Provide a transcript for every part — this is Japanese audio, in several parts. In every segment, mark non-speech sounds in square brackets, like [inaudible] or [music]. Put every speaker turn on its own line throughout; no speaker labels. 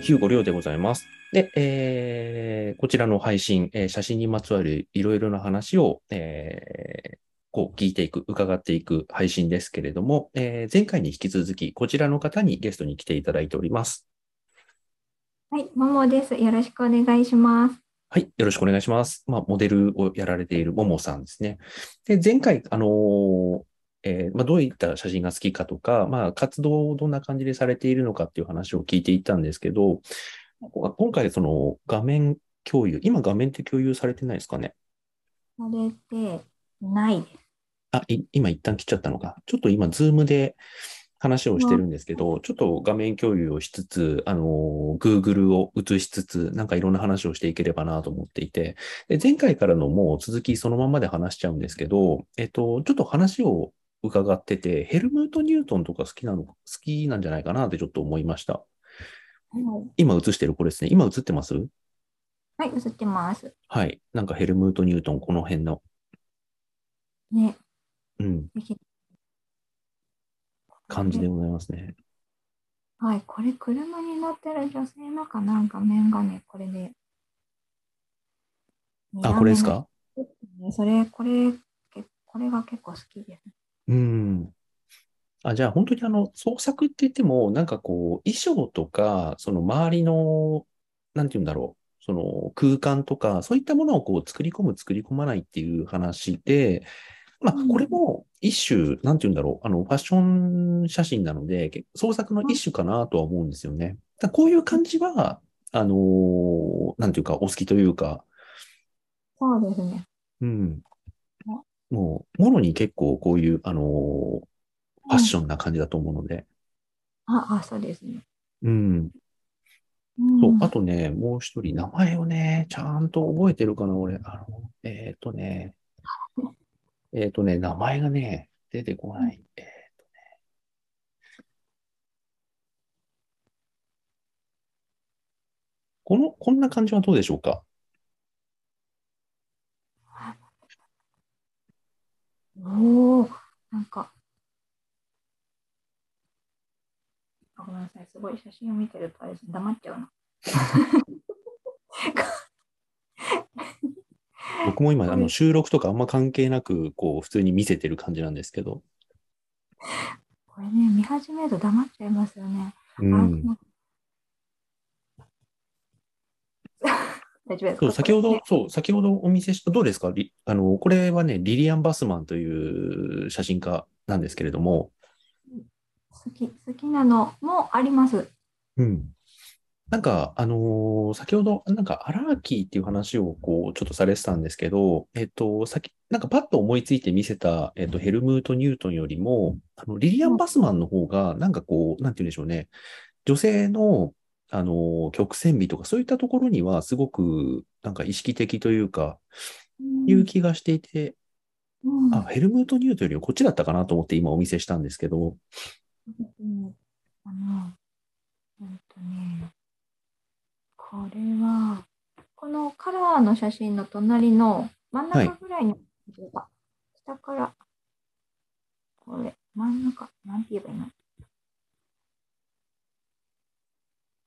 15両でございます。で、えーこちらの配信、えー写真にまつわるいろいろな話を、えーこう聞いていく、伺っていく配信ですけれども、えー前回に引き続き、こちらの方にゲストに来ていただいております。
はい、ももです。よろしくお願いします。
はい、よろしくお願いします。まあ、モデルをやられているももさんですね。で、前回、あのーえーまあ、どういった写真が好きかとか、まあ、活動をどんな感じでされているのかっていう話を聞いていったんですけど、こ今回、その画面共有、今画面って共有されてないですかね
されてないです。
あ、い今一旦切っちゃったのか。ちょっと今、ズームで話をしてるんですけど、ちょっと画面共有をしつつ、あのー、Google を映しつつ、なんかいろんな話をしていければなと思っていて、で前回からのもう続きそのままで話しちゃうんですけど、えっと、ちょっと話を伺ってて、ヘルムート・ニュートンとか好きなの、好きなんじゃないかなってちょっと思いました。
は
今映してるこれですね。今映ってます
い、映ってます。
はい。なんかヘルムート・ニュートン、この辺の。
ね、
うん。感じでございますね。
はい、これ車に乗ってる女性のかなんか面がね、これで。
あ、これですか
それ、これ、けこれが結構好きです。
うん。あ、じゃあ本当にあの、創作って言っても、なんかこう、衣装とか、その周りの、なんて言うんだろう、その空間とか、そういったものをこう作り込む、作り込まないっていう話で、まあ、
うん
これも一種、なんて言うんだろう、あの、ファッション写真なので、け創作の一種かなとは思うんですよね。ただこういう感じは、あのーなんていうか、お好きというか、
そうですね。
うん。もう、もろに結構こういう、あのーファッションな感じだと思うので。
あ、あ、そうですね。
うん。
うん
そう。あとね、もう一人、名前をね、ちゃんと覚えてるかな、俺。あの、えっ、とね、えっ、とね、名前がね、出てこない。えっ、とね。この、こんな感じはどうでしょうか
おお、なんか。あごめんなさい、すごい写真を見てるとあれです黙っちゃうな。
僕も今、あ
は
の、
い
収録とかあんま関係なく、こう、普通に見せてる感じなんですけど。
これね、見始めると黙っちゃいますよね。
う
あ
ん。
もう [laughs] 大丈夫です
そ
か
う、先ほ
こ
ど
れね、
そう、先ほどお見せした、どうですかリあの、これはね、リリアン・バスマンという写真家なんですけれども、
好き好きなのもあります。
うん。なんか、あのー先ほど、なんか、アラーキーっていう話を、こう、ちょっとされてたんですけど、えっと、先、なんか、パッと思いついて見せた、えっと、ヘルムート・ニュートンよりも、あの、リリアン・バスマンの方が、なんかこう、なんて言うんでしょうね、女性の、あのー曲線美とか、そういったところには、すごく、なんか、意識的というか、いう気がしていて、
うん
あ、ヘルムート・ニュートンよりこっちだったかなと思って今お見せしたんですけど、
うんあの、うんとね、これは、このカラーの写真の隣の真ん
はい
中ぐらいに、下から、これ、真ん中、なんて言えばいいの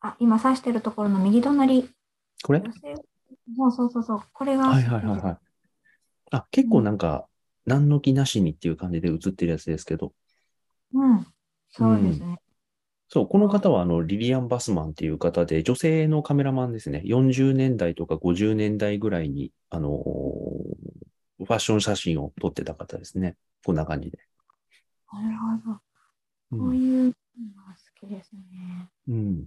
あ、今指してるところの右隣、
これ
女性、そうそうそうそう、これが、
はいはいはいはい。あ、結構なんか、何の気なしにっていう感じで写ってるやつですけど、
うん、そうですね。
そう、この方はあの、リリアン・バスマンっていう方で、女性のカメラマンですね。40年代とか50年代ぐらいに、あのーファッション写真を撮ってた方ですね。こんな感じで。
なるほど、
う。
こうんいうのが好きですね。
うん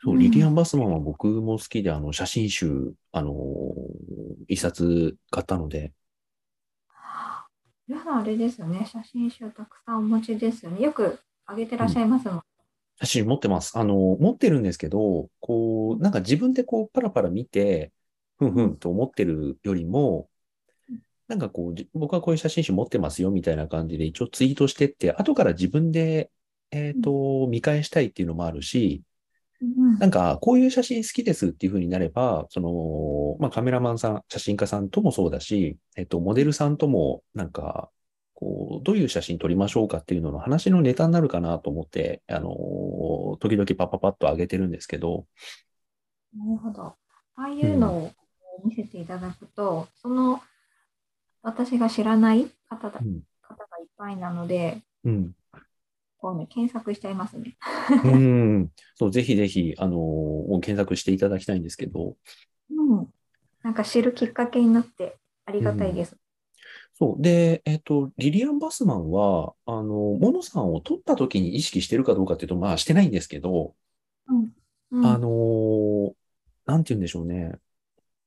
そうう、
ん
リリアン・バスマンは僕も好きで、あの、写真集、あのー一冊買ったので、
皆さんあれですよね、写真集たくさんお持ちですよね。よく上げてらっしゃいますもん。
写真持ってます。あの、持ってるんですけど、こう、なんか自分でこう、パラパラ見て、ふんふんと思ってるよりも、なんかこう、じ僕はこういう写真集持ってますよ、みたいな感じで一応ツイートしてって、後から自分で、えっ、と、見返したいっていうのもあるし、
うん
なんか、こういう写真好きですっていう風になれば、その、まあ、カメラマンさん、写真家さんともそうだし、えっと、モデルさんとも、なんか、こう、どういう写真撮りましょうかっていうのの話のネタになるかなと思って、あのー時々パッパパッと上げてるんですけど、
なるほど。ああいうのを見せていただくと、その私が知らない方だ、
うん
方がいっぱいなので、
うん。
こうね、検索しちゃいますね。
うん。そう、ぜひぜひ、あのー検索していただきたいんですけど、
うん。なんか知るきっかけになってありがたいです。
そう。で、えっと、リリアン・バスマンは、あの、モノさんを撮った時に意識してるかどうかっていうと、まあ、してないんですけど、
うん。
あのーなんて言うんでしょうね。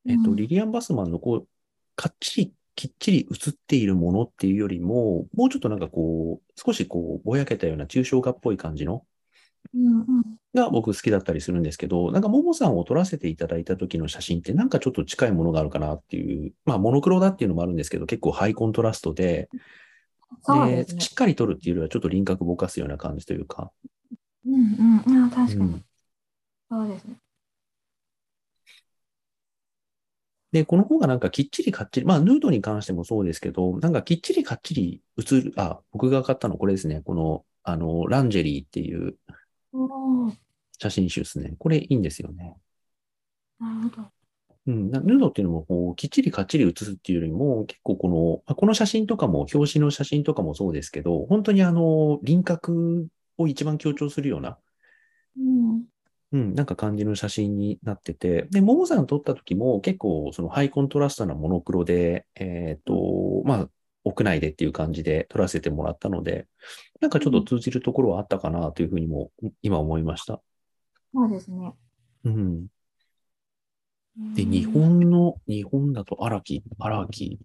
えっ
う
と、
ん
リリアン・バスマンのこう、かっちり、きっちり映っているものっていうよりも、もうちょっとなんかこう、少しこう、ぼやけたような抽象画っぽい感じの
うんうん
が僕好きだったりするんですけど、なんかももさんを撮らせていただいた時の写真ってなんかちょっと近いものがあるかなっていう、まあ、モノクロだっていうのもあるんですけど、結構ハイコントラストで、
そうです
で、
ね。
しっかり撮るっていうよりは、ちょっと輪郭ぼかすような感じというか。
うんうん。あ確かに、
うん
そうですね。
で、この方がなんかきっちりかっちり、まあ、ヌードに関してもそうですけど、なんかきっちりかっちり映る、あ、僕が買ったのこれですね。この、あの、ランジェリーっていう
おー
写真集ですね。これいいんですよね。
なるほど。
うん、なヌードっていうのもこう、きっちりかっちり写すっていうよりも、結構この、あこの写真とかも、表紙の写真とかもそうですけど、本当にあの、輪郭を一番強調するような、
うん。
うん、なんか感じの写真になってて、で、ももさん撮った時も結構そのハイコントラストなモノクロで、えっ、と、まあ、屋内でっていう感じで撮らせてもらったので、なんかちょっと通じるところはあったかなというふうにも今思いました。
そうですね。
うん。で、
うん
日本の、日本だと荒木、荒木。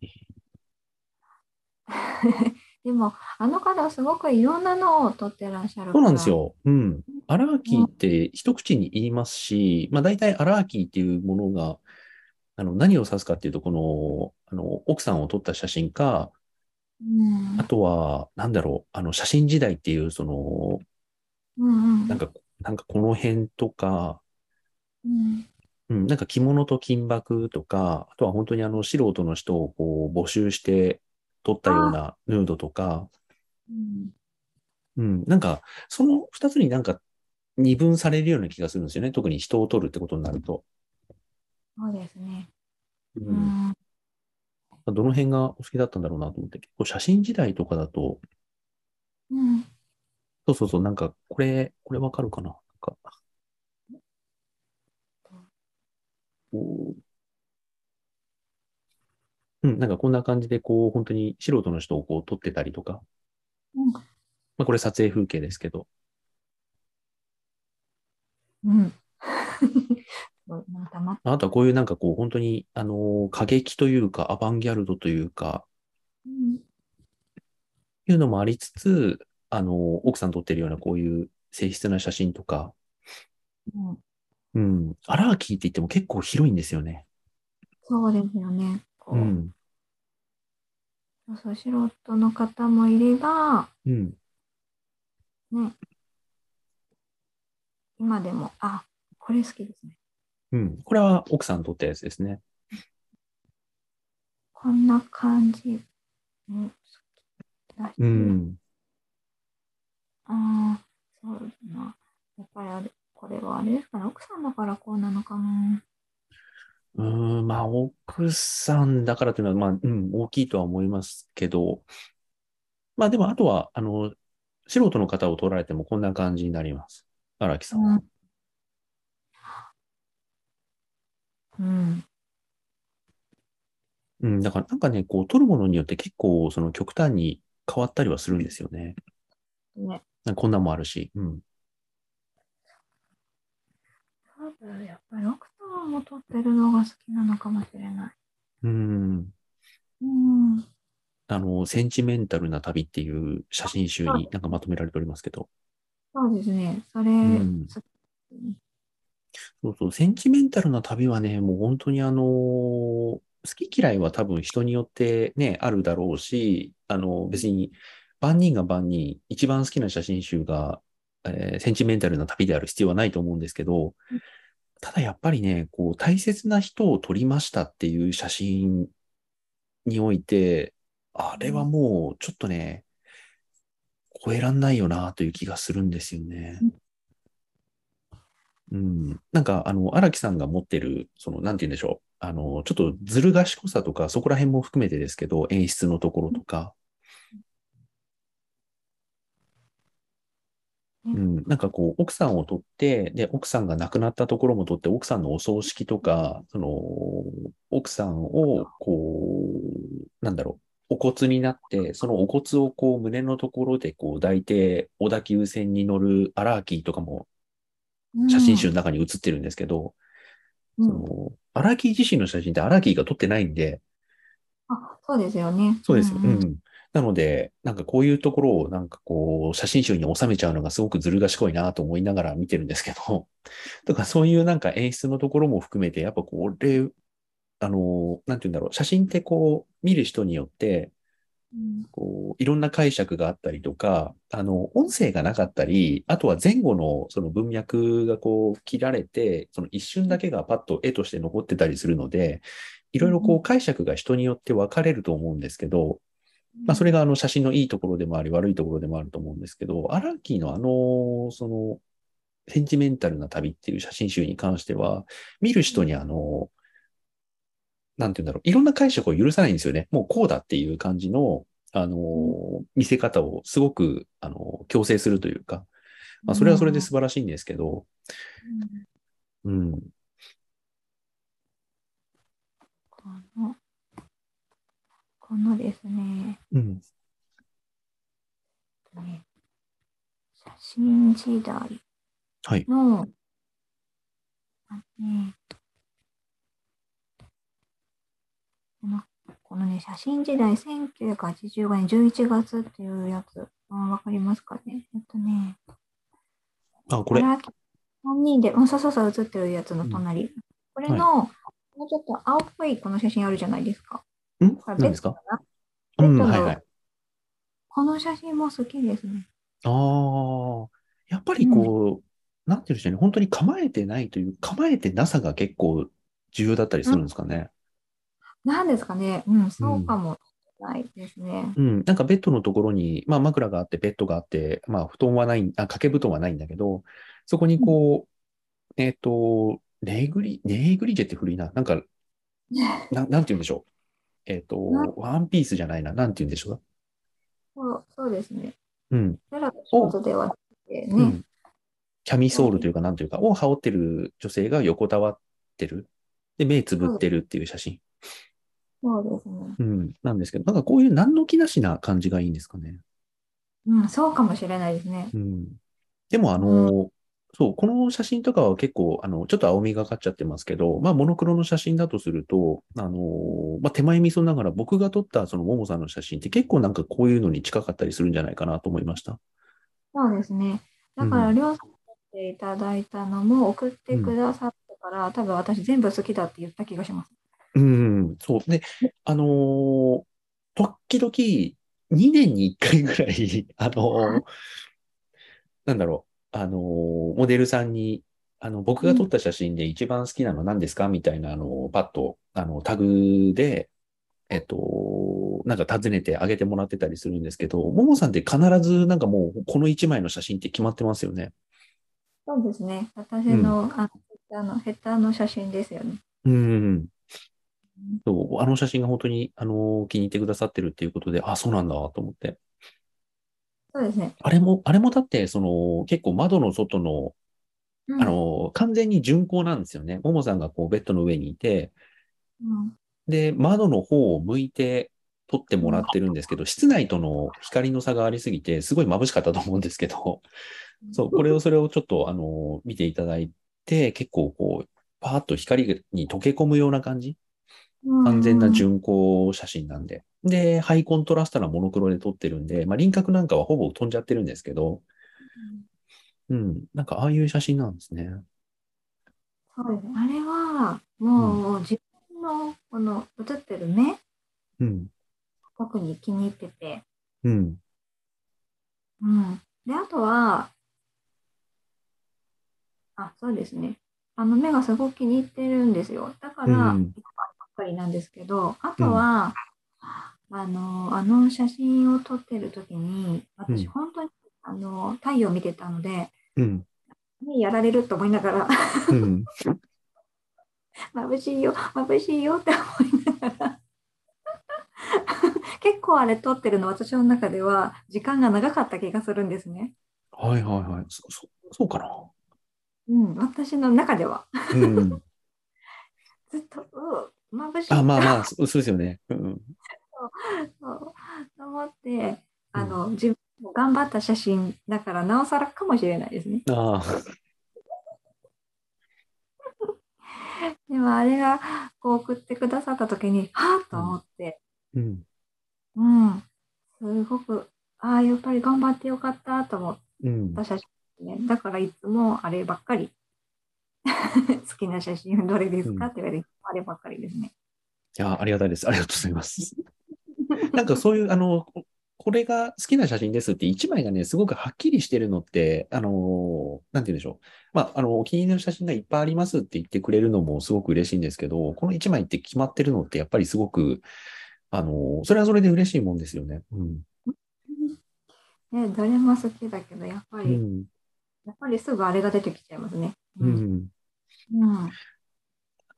でも、あの方はすごくいろんなのを撮ってらっしゃる
そうなんです
よ。
よ。うん。アラーキーって一口に言いますし、まあ大体アラーキーっていうものが、あの何を指すかっていうと、この、あの、奥さんを撮った写真か、
うん
あとは、なんだろう、あの、写真時代っていう、その、
うんうん
なんか、なんかこの辺とか、
うん
うん、なんか着物と金箔とか、あとは本当にあの、素人の人をこう、募集して撮ったようなヌードとか、
う
う
ん
ん、なんか、その二つになんか、二分されるような気がするんですよね。特に人を撮るってことになると。
そうですね。
う、
うんん
どの辺がお好きだったんだろうなと思って、結構写真時代とかだと、
うん
そうそうそう、なんか、これ、これわかるかななんか。こううん、なんかこんな感じで、こう、本当に素人の人をこう撮ってたりとか。
うん
まあ、これ撮影風景ですけど。
うん。 [laughs] なんかま、
あとはこういうなんかこう、本当に、あのー過激というか、アバンギャルドというか、
うん
いうのもありつつ、あのー奥さん撮ってるようなこういう静筆な写真とか、
う
う
ん、
ん、アラーキーって言っても結構広いんですよね。
そうですよね。こう
うん。
そうそう素人の方もいれば、
うん。
今でも、あ、これ好きですね。
うん。これは奥さん撮ったやつですね。
こんな感じ。うん、好きだし
うん。
ああ、そうだな。やっぱりあれ、これはあれですかね。奥さんだからこうなのかな。
うーん、まあ、奥さんだからというのは、まあ、うん、大きいとは思いますけど、まあ、でも、あとは、あの、素人の方を撮られてもこんな感じになります。荒木さんは。
うん。
うん、だから、なんかね、こう、撮るものによって結構、その極端に変わったりはするんですよね。
うん。ね。
なんかこんなんもあるし、うん。
多分やっぱり奥さんも撮ってるのが好きなのかもしれない。
うん。
うん。
あの、センチメンタルな旅っていう写真集になんかまとめられておりますけど。
そうですね。それ、
ん
そ
そうそう、センチメンタルな旅はね、もう本当にあのー好き嫌いは多分人によってね、あるだろうし、あの、別に万人が万人、一番好きな写真集が、えーセンチメンタルな旅である必要はないと思うんですけど、ただやっぱりね、こう、大切な人を撮りましたっていう写真において、あれはもう、ちょっとね、超えらんないよなという気がするんですよね。うん。なんか、あの、荒木さんが持ってる、その、なんて言うんでしょう。あの、ちょっとずる賢さとか、そこら辺も含めてですけど、演出のところとか。
う
うん、なんかこう、奥さんを取って、で、奥さんが亡くなったところも取って、奥さんのお葬式とか、その、奥さんを、こう、なんだろう、お骨になって、そのお骨をこう、胸のところでこう抱いて、小田急線に乗るアラーキーとかも
うん
写真集の中に写ってるんですけど、
う
そ
ん
の、アラーキー自身の写真ってアラーキーが撮ってないんで、
あ、そうですよね。
そうですよ。うんん。なので、なんかこういうところをなんかこう、写真集に収めちゃうのがすごくずる賢いなと思いながら見てるんですけど、 [laughs] とかそういうなんか演出のところも含めて、やっぱこれ、あの、なんて言うんだろう、写真ってこう、見る人によって、
うん
こう、いろんな解釈があったりとか、あの、音声がなかったり、あとは前後のその文脈がこう、切られて、その一瞬だけがパッと絵として残ってたりするので、いろいろこう解釈が人によって分かれると思うんですけど、まあ、それがあの写真のいいところでもあり、悪いところでもあると思うんですけど、アラーキーのあの、その、センチメンタルな旅っていう写真集に関しては、見る人にあの、なんて言うんだろう、いろんな解釈を許さないんですよね。もうこうだっていう感じの、あの、見せ方をすごく、あの、強制するというか、まあ、それはそれで素晴らしいんですけど、
うん
うん、
この、このですね、
うん、
ね写真時代
はい、
の、あね、このこのね、写真時代1985年11月っていうやつ、うん、わかりますかね。えっとね、
あ、これ、
荒木3人で、うん、そうそうそう、写ってるやつの隣。これの、もうちょっと青っぽいこの写真あるじゃないですか。
ん
これ
何ですか
ベ
う
ッ
ん、
ド
はい
の
はい。
この写真も好きですね。
ああ、やっぱりこう、なんていうんでしょうね、本当に構えてないという、構えてなさが結構重要だったりするんですかね。
なんですかね。うん、そうかもしれないですね。
うん、なんかベッドのところに、まあ枕があって、ベッドがあって、まあ布団はない、あ、掛け布団はないんだけど、そこにこう、えっと、ネグリ、ネグリジェって古いな、なん [laughs] か、な、なんて言うんでしょう。えっと、
な
ワンピースじゃないな、なんて言うんでしょ
そうそうですね。
う。うん、
キャラのことではなくて
う
ね。
ん。キャミソールというか、なんというか、を羽織ってる女性が横たわってる。で、目つぶってるっていう写真。
そうですね。
うん、なんですけど、なんかこういう何の気なしな感じがいいんですかね。
うん、そうかもしれないですね。
うん。でもあの、そう、この写真とかは結構、あの、ちょっと青みがかっちゃってますけど、まあ、モノクロの写真だとすると、あの、まあ、手前味噌ながら僕が撮ったそのももさんの写真って結構なんかこういうのに近かったりするんじゃないかなと思いました。
そうですね。だか
う
ら、
ん
りょうさんに送っていただいたのも送ってくださったから、多分私全部好きだって言った気がします。
うん、そう。で、あのー時々、2年に1回ぐらい、あのーなんだろう、あのーモデルさんに、あの、僕が撮った写真で一番好きなのは何ですかみたいな、あのーパッと、あの、タグで、えっと、なんか尋ねてあげてもらってたりするんですけど、ももさんって必ずなんかもう、この1枚の写真って決まってますよね。
そうですね。私の、あの、ヘッダーの、ヘッダーの写真ですよね。
うん。そう、あの写真が本当に、あのー気に入ってくださってるっていうことで、あ、そうなんだ、と思って。
そうですね。
あれも、あれもだって、その、結構窓の外の、
うん
あ、の、完全に巡光なんですよね。ももさんがこう、ベッドの上にいて、
うん
で、窓の方を向いて撮ってもらってるんですけど、室内との光の差がありすぎて、すごい眩しかったと思うんですけど、そう、これを、それをちょっと、あの、見ていただいて、結構こう、パーッと光に溶け込むような感じ完全な巡光写真なんで。で、ハイコントラストなモノクロで撮ってるんで、まあ、輪郭なんかはほぼ飛んじゃってるんですけど、うん。なんか、ああいう写真なんですね。
そうですね。あれは、もう、自分の、この、写ってる目、
うん。
特に気に入ってて。
うん。
うん。で、あとは、あ、そうですね。あの、目がすごく気に入ってるんですよ。だから、
う
ばっ
ん
かりなんですけど、あとは、ああの、あの写真を撮ってる時に、
う
私
ん
本当に、あの、太陽見てたので、
うん。
目やられると思いながら、 [laughs]
うん。 [laughs]
眩しいよ、眩しいよって思いながら。結構あれ撮ってるの、私の中では時間が長かった気がするんですね。
はいはいはい。そ、そ、そうかな。
うん、私の中では。
うん。
ずっと、うう、眩しい
あ、まあまあ、そそうですよね。うん。
そうと思って、あの、自分も頑張った写真だから、なおさらかもしれないですね。
ああ、
でもあれがこう送ってくださった時に、はぁと思って、
うん。
うん、すごく、ああ、やっぱり頑張ってよかったと思っ
うん。
た写真ね。だからいつもあればっかり。 [laughs] 好きな写真どれですか
うん
って言われて、あればっかりですね。
いや、ありがたいです。ありがとうございます。 [laughs] なんかそういう、あの、ここれが好きな写真ですって一枚がね、すごくはっきりしてるのって、あの、なんて言うんでしょう。まあ、あの、お気に入りの写真がいっぱいありますって言ってくれるのもすごく嬉しいんですけど、この一枚って決まってるのってやっぱりすごく、あの、それはそれで嬉しいもんですよね。うん。
ね、どれも好きだけど、やっぱ
う
り、
ん。
やっぱりすぐあれが出てきちゃいますね。
う。ん。
うん。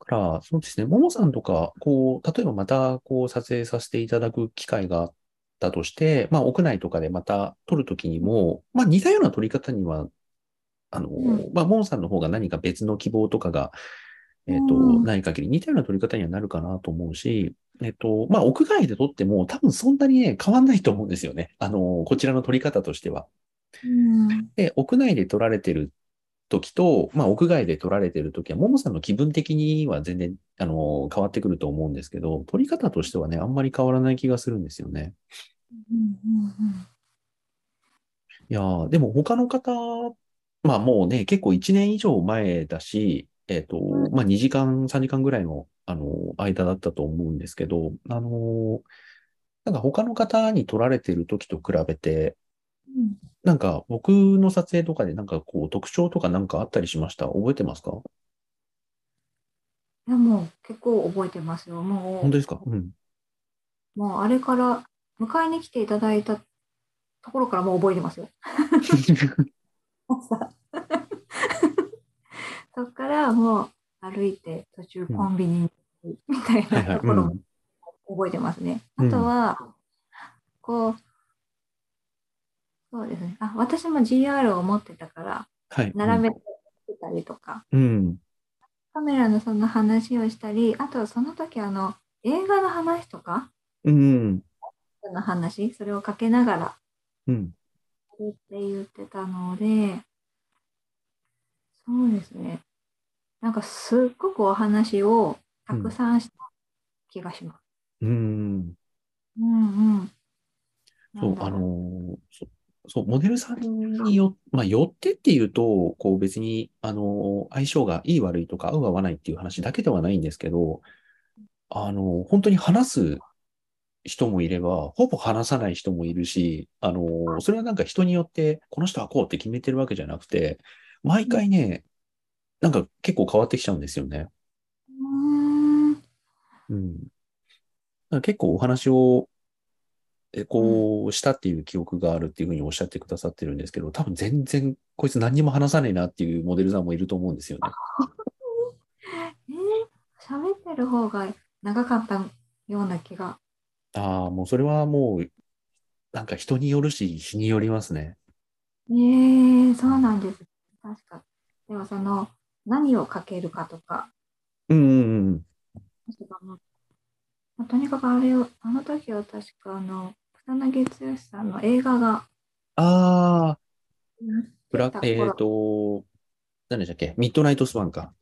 から、そうですね、ももさんとか、こう、例えばまた、こう、撮影させていただく機会があったとして、まあ、屋内とかでまた撮るときにも、まあ、似たような撮り方には、あの、
う
まあ、ももさんの方が何か別の希望とかが、えっと、
うん
ない限り、似たような撮り方にはなるかなと思うし、えっと、まあ、屋外で撮っても、多分そんなにね、変わんないと思うんですよね。あの、こちらの撮り方としては。
うん。
で、屋内で撮られてる時と、まあ、屋外で撮られてる時は、ももさんの気分的には全然、あの、変わってくると思うんですけど、撮り方としてはね、あんまり変わらない気がするんですよね。
うん。うん。
いやーでも他の方、まあもうね、結構1年以上前だし、えっと、
うん
まあ2時間、3時間ぐらいの、あの、間だったと思うんですけど、あの、なんか他の方に撮られてる時と比べて、
うん
なんか僕の撮影とかでなんかこう特徴とかなんかあったりしました覚えてますか
いやもう結構覚えてますよ。も
本当ですか
[laughs]
うん。
う、もうあれから迎えに来ていただいたところからもう覚えてますよ。
[laughs]
そっからもう歩いて途中コンビニに行くみたい
はいは。
ないとこ
う
ろも
ん。
覚えてますね。
うん
あとは、こう、そうですね。あ、私も GR を持ってたから、
はい。
並べてたりとか、
うん。
カメラのその話をしたり、あとその時あの、映画の話とか、
うん。
の話、それをかけながら
うん。
って言ってたので、そうですね。なんかすっごくお話をたくさんした気がします。
うん。
うんうん。
そう、
なんだ
あ
ろ
のーそそう、モデルさんによ、まあ、寄ってっていうと、こう別に、あのー相性がいい悪いとか合う合わないっていう話だけではないんですけど、あのー本当に話す人もいれば、ほぼ話さない人もいるし、あのーそれはなんか人によって、この人はこうって決めてるわけじゃなくて、毎回ね、なんか結構変わってきちゃうんですよね。
うーん。
うん。だから結構お話を、え、こう、したっていう記憶があるっていうふうにおっしゃってくださってるんですけど、多分全然、こいつ何にも話さねえなっていうモデルさんもいると思うんですよね。
えー喋ってる方が長かったような気が。
ああ、もうそれはもう、なんか人によるし、日によりますね。
えー、そうなんです。確か。でもその、何をかけるかとか、
うんうんうん。
まあとにかくあれを、あの時は確かあの、草薙剛さんの映画が、
ああ、ブラ、
出た
えっ
頃
と、何でしたっけミッドナイトスワンか。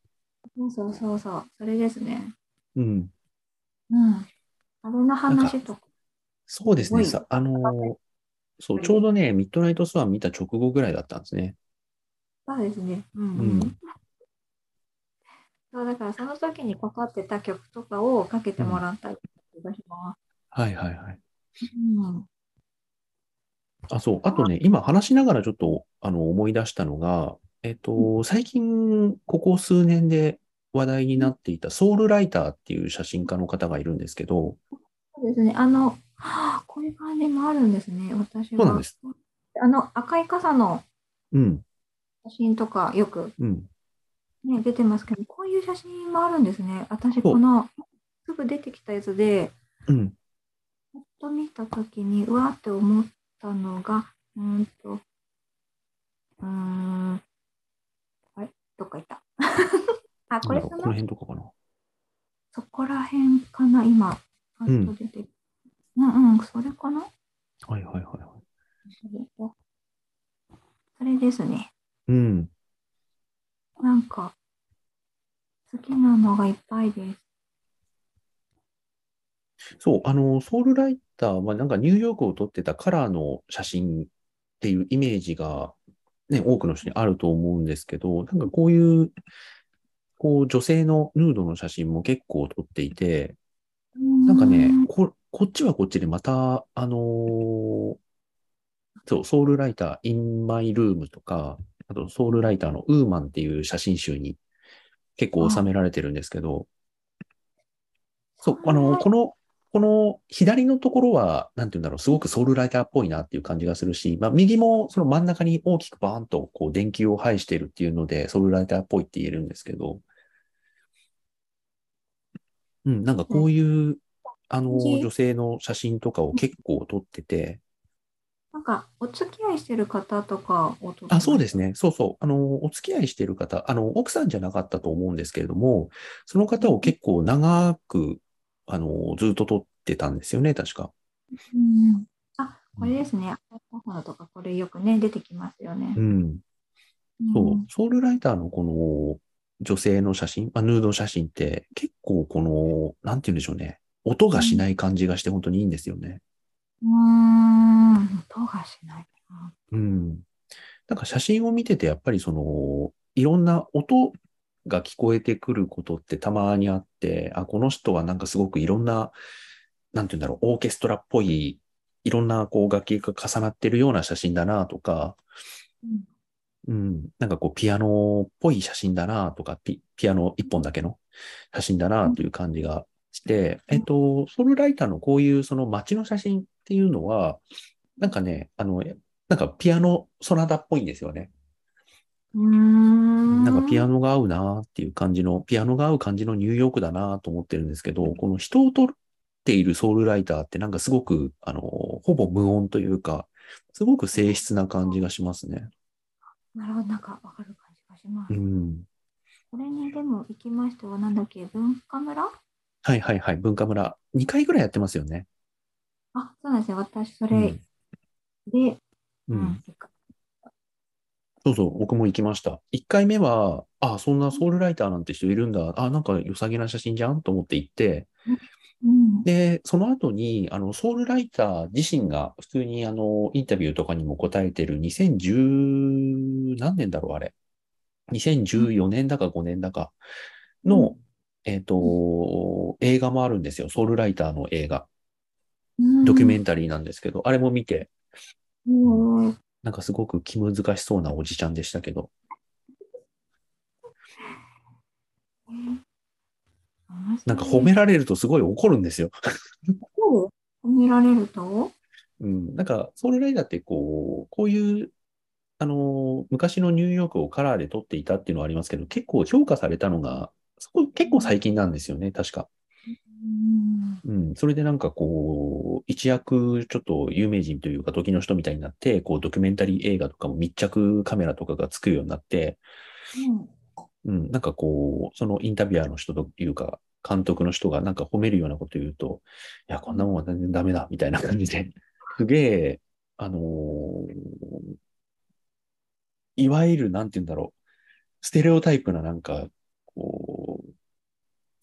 そうそうそうそう、それですね。
うん。
うん。あれの話とか。
そうです
多
ね。
い
さ、あのー、そう、
はい
ちょうどね、ミッドナイトスワン見た直後ぐらいだったんですね。
そうですね。うん、
う
うんん。そうだからその時にかかってた曲とかをかけてもらったりとかしま
はいはいはい。
す。うん。
あ、そう。あとね、今話しながらちょっと、あの、思い出したのが、えっと、最近、ここ数年で話題になっていたソウルライターっていう写真家の方がいるんですけど、
そうですね。あの、 [gasps] はあ、こういう感じもあるんですね。
そ
私
うなん
は
で。す。
あの赤い傘の
うん、
写真とかよく、
うん。
ね、出てますけど、こういう写真もあるんですね。私、
そう
このすぐ出てきたやつで、
うん。
パッと見たときに、うわって思ったのが、うーんと、うーん、あれどっか行った。 [laughs] あ、これ
なん
か
だろうこの
な
辺とかかな。
そこら辺かな今、パッと出てきた。うんうん、それかな
はいはいはいはい。
それとそれですね。
うん。
なんか、好きなのがいっぱいです。
そう、あの、ソウルライターはなんかニューヨークを撮ってたカラーの写真っていうイメージが、ね、多くの人にあると思うんですけど、なんかこういう、こう女性のヌードの写真も結構撮っていて、なんかね、こ、こっちはこっちでまた、あのーそう、ソウルライター in my room とか、あとソウルライターのウーマンっていう写真集に結構収められてるんですけど、そう、あの、この、この左のところは、なんて言うんだろう、すごくソウルライターっぽいなっていう感じがするし、まあ、右もその真ん中に大きくバーンとこう電球を配しているっていうので、ソウルライターっぽいって言えるんですけど、うん、なんかこういう、あの、
感じ
女性の写真とかを結構撮ってて、
なんか、お付き合いしてる方とかを撮って
あ、そうですね。そうそう。あの、お付き合いしている方、あの、奥さんじゃなかったと思うんですけれども、その方を結構長く、あの、ずっと撮ってたんですよね、確か。
す。うん、あ、これですね。アイコンとか、これよくね、出てきますよね、
う。ん。そううんソウルライターのこの女性の写真、まあ、ヌード写真って結構この、なんて言うんでしょうね。音がしない感じがして本当にいいんですよね。
うーん、音がしないな。
うん。なんか写真を見ててやっぱりその、いろんな音が聞こえてくることってたまにあって、あ、この人はなんかすごくいろんな、なんて言うんだろう、オーケストラっぽい、いろんなこう楽器が重なってるような写真だなとか、
うん
うん、なんかこう、ピアノっぽい写真だなとか、ピ、ピアノ一本だけの写真だなという感じがして、
うん
えっと、ソウルライターのこういうその街の写真っていうのは、なんかね、あの、なんかピアノ、ソナタっぽいんですよね。
うーん。
なんかピアノが合うなっていう感じの、ピアノが合う感じのニューヨークだなと思ってるんですけど、この人を撮っているソウルライターってなんかすごく、あの、ほぼ無音というか、すごく静質な感じがしますね。
なるほど、なんかわかる感じがしま
う
す。
ん。
これにでも行きましては、なんだっけ、文化村
はいはいはい、文化村。2回ぐらいやってますよね。
あ、そうなんですね。私、そ
うん
れで、
う
うんん、行く
そうそう、僕も行きました。1回目は、あ、そんなソウルライターなんて人いるんだ。あ、なんか良さげな写真じゃんと思って行って、
うん。
で、その後に、あの、ソウルライター自身が普通に、あの、インタビューとかにも答えてる2010、何年だろう、あれ。2014年だか5年だかの、えっと、映画もあるんですよ。ソウルライターの映画。ドキュメ
ン
ンタリーなんですけど、あれも見て、
ト。もう
なんかすごく気難しそうなおじちゃんでしたけど。なんか褒められるとすごい怒るんですよ。
褒められると
うん。なんか、ソウルライダーってこう、こういう、あのー、昔のニューヨークをカラーで撮っていたっていうのはありますけど、結構評価されたのが、そこ結構最近なんですよね、確か。
うん
うん。それでなんかこう、一躍ちょっと有名人というか時の人みたいになって、こう、ドキュメンタリー映画とかも密着カメラとかがつくようになって、う
うん
ん、なんかこう、そのインタビュアーの人というか、監督の人がなんか褒めるようなこと言うと、いや、こんなもんは全然ダメだ、みたいな感じで、 [laughs] すげえ、あのーいわゆる、なんて言うんだろう、ステレオタイプななんか、こ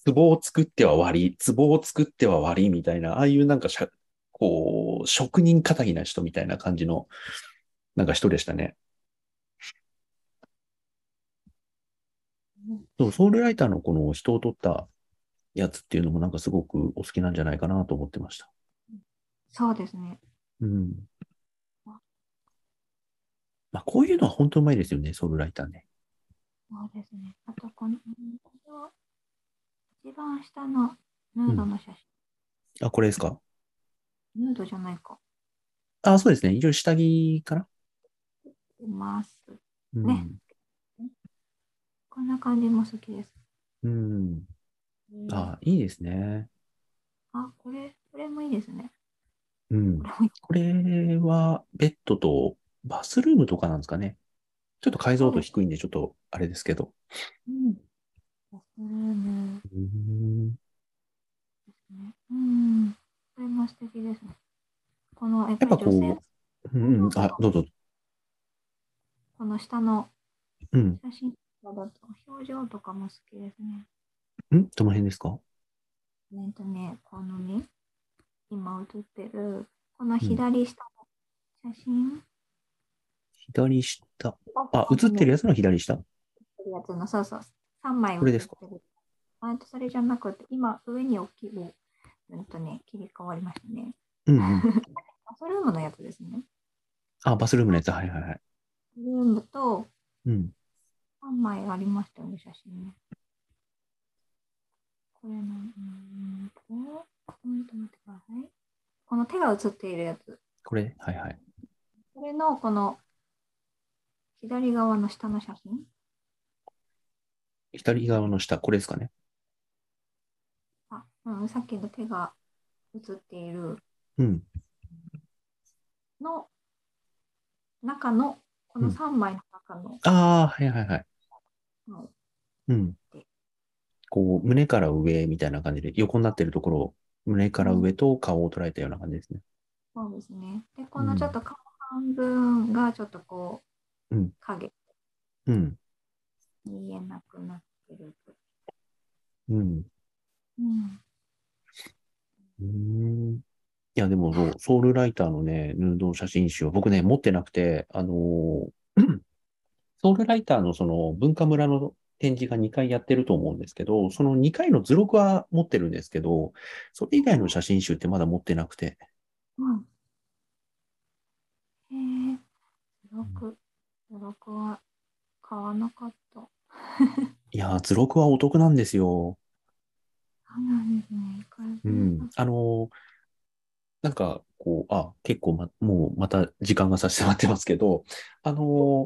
う、壺を作っては割り、壺を作っては割り、みたいな、ああいうなんかしゃ、こう、職人かたぎな人みたいな感じの、なんか人でしたね。そう、ソウルライターのこの人を撮ったやつっていうのもなんかすごくお好きなんじゃないかなと思ってました。
そうですね。
うん。まあ、こういうのは本当うまいですよね、ソウルライターね。
そうですね。あと、この、一番下のヌードの写真。
あ、これですか
ヌードじゃないか。
あ、そうですね。一応下着かな。
います。
うん
ね。こんな感じも好きです。
うん。あ、いいですね。
あ、これ、これもいいですね。
うん
こ。れもいい
これは、ベッドとバスルームとかなんですかね。ちょっと解像度低いんで、ちょっとあれですけど。
うん。バスルームで
うん。
すね。うん。これも素敵ですね。この、やっ
やっぱこううんうん。あ、どうぞ。
この下の
うん。
写真とかだと表情とかも好きですね。
んどの辺ですか
えっとね、このね、今写ってる、この左下の写真、
左下。あ、映ってるやつの左下。
ってるやつの、そうそう、3枚
これですか
写ってるあえっとそれじゃなくて、今、上に大きい、うんとね、切り替わりましたね。
うん [laughs] うん。
バスルームのやつですね。
あ、バスルームのやつ。はいはいはい。
ルームと
うん。
3枚ありましたよね、写真ね。これの、うーんと、うんと待ってください。この手が写っているやつ。
これ。はいはい。
これのこの左側の下の写真
左側の下、これですかね。
あ、うん、さっきの手が写っている
うん。
の中のこの
うん
3枚の中の、
ああ、はいはいはい。
はい
うん。こう、胸から上みたいな感じで、横になってるところ、胸から上と顔を捉えたような感じですね。
そうですね。で、こ
う
の
ん
ちょっと顔半分がちょっとこう、
うん
影
うん。
見えなくなってる。
うん。
うん、
うーん。いや、でもそう、ソウルライターのね、ヌード写真集を僕ね、持ってなくて、あのー [clears throat] ソウルライターのその文化村の展示が2回やってると思うんですけど、その2回の図録は持ってるんですけど、それ以外の写真集ってまだ持ってなくて。
うん。へえ、図録、図録は買わなかった。
いやー、図録はお得なんですよ。
そうなんですね。いくらでも
うん。あのーなんか、こう、あ、結構ま、もうまた時間が差し迫ってますけど、あの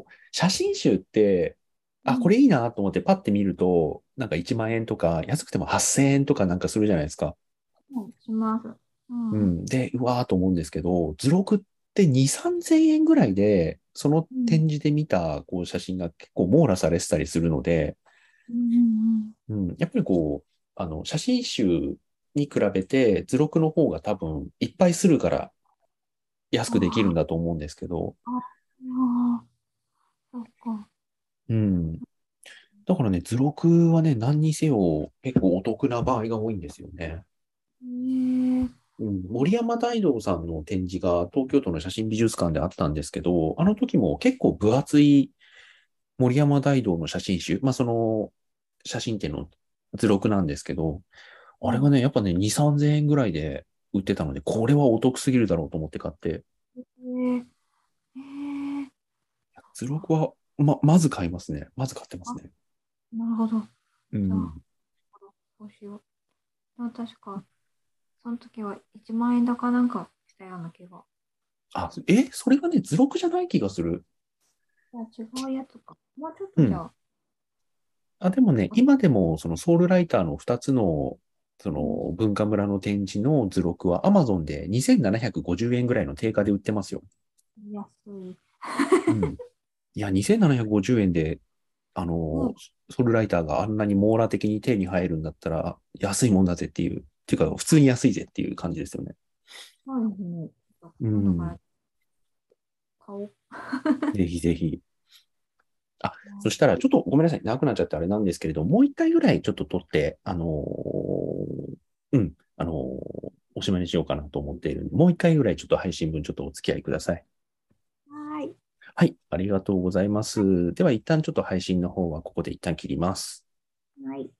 ー写真集って、あ、これいいなと思ってパッて見ると、なんか1万円とか、安くても8000円とかなんかするじゃないですか。
うんします。うん。
う
うん
ん。で、うわーと思うんですけど、図録って2、3000円ぐらいで、その展示で見たこう写真が結構網羅されてたりするので、
うん
うん、やっぱりこう、あの、写真集に比べて図録の方が多分いっぱいするから安くできるんだと思うんですけど、
うん。ああ、そっか。
うん。だからね、図録はね、何にせよ結構お得な場合が多いんですよね。
ええ
うん、森山大道さんの展示が東京都の写真美術館であったんですけど、あの時も結構分厚い森山大道の写真集、まあその写真展の図録なんですけど、あれがね、やっぱね、2、3000円ぐらいで売ってたので、これはお得すぎるだろうと思って買って、
ええええ
図録はま、まず買いますね。まず買ってますね。
なるほど。
うん。
どうしよう。でも確か、その時は1万円だかなんかしたような気が。
あ、え、それがね、図録じゃない気がする。
いや、違うやつか。もうちょっとじゃあ、
あ、でもね、今でも、そのソウルライターの2つの、その文化村の展示の図録は Amazon で2750円ぐらいの定価で売ってますよ。
安い。
うん、 [laughs] いや、2750円で、あの、ソウルライターがあんなに網羅的に手に入るんだったら、安いもんだぜっていう、っていうか、普通に安いぜっていう感じですよね。
そうですね。ちょっと
うん
今度から買おう。
ぜひぜひ。そしたら、ちょっとごめんなさい、長くなっちゃってあれなんですけれど、もう一回ぐらいちょっと取って、あのーうん、あのーおしまいにしようかなと思っているんで、もう一回ぐらいちょっと配信分ちょっとお付き合いください。
はーい。
はい、ありがとうございます。では一旦ちょっと配信の方はここで一旦切ります。
はい。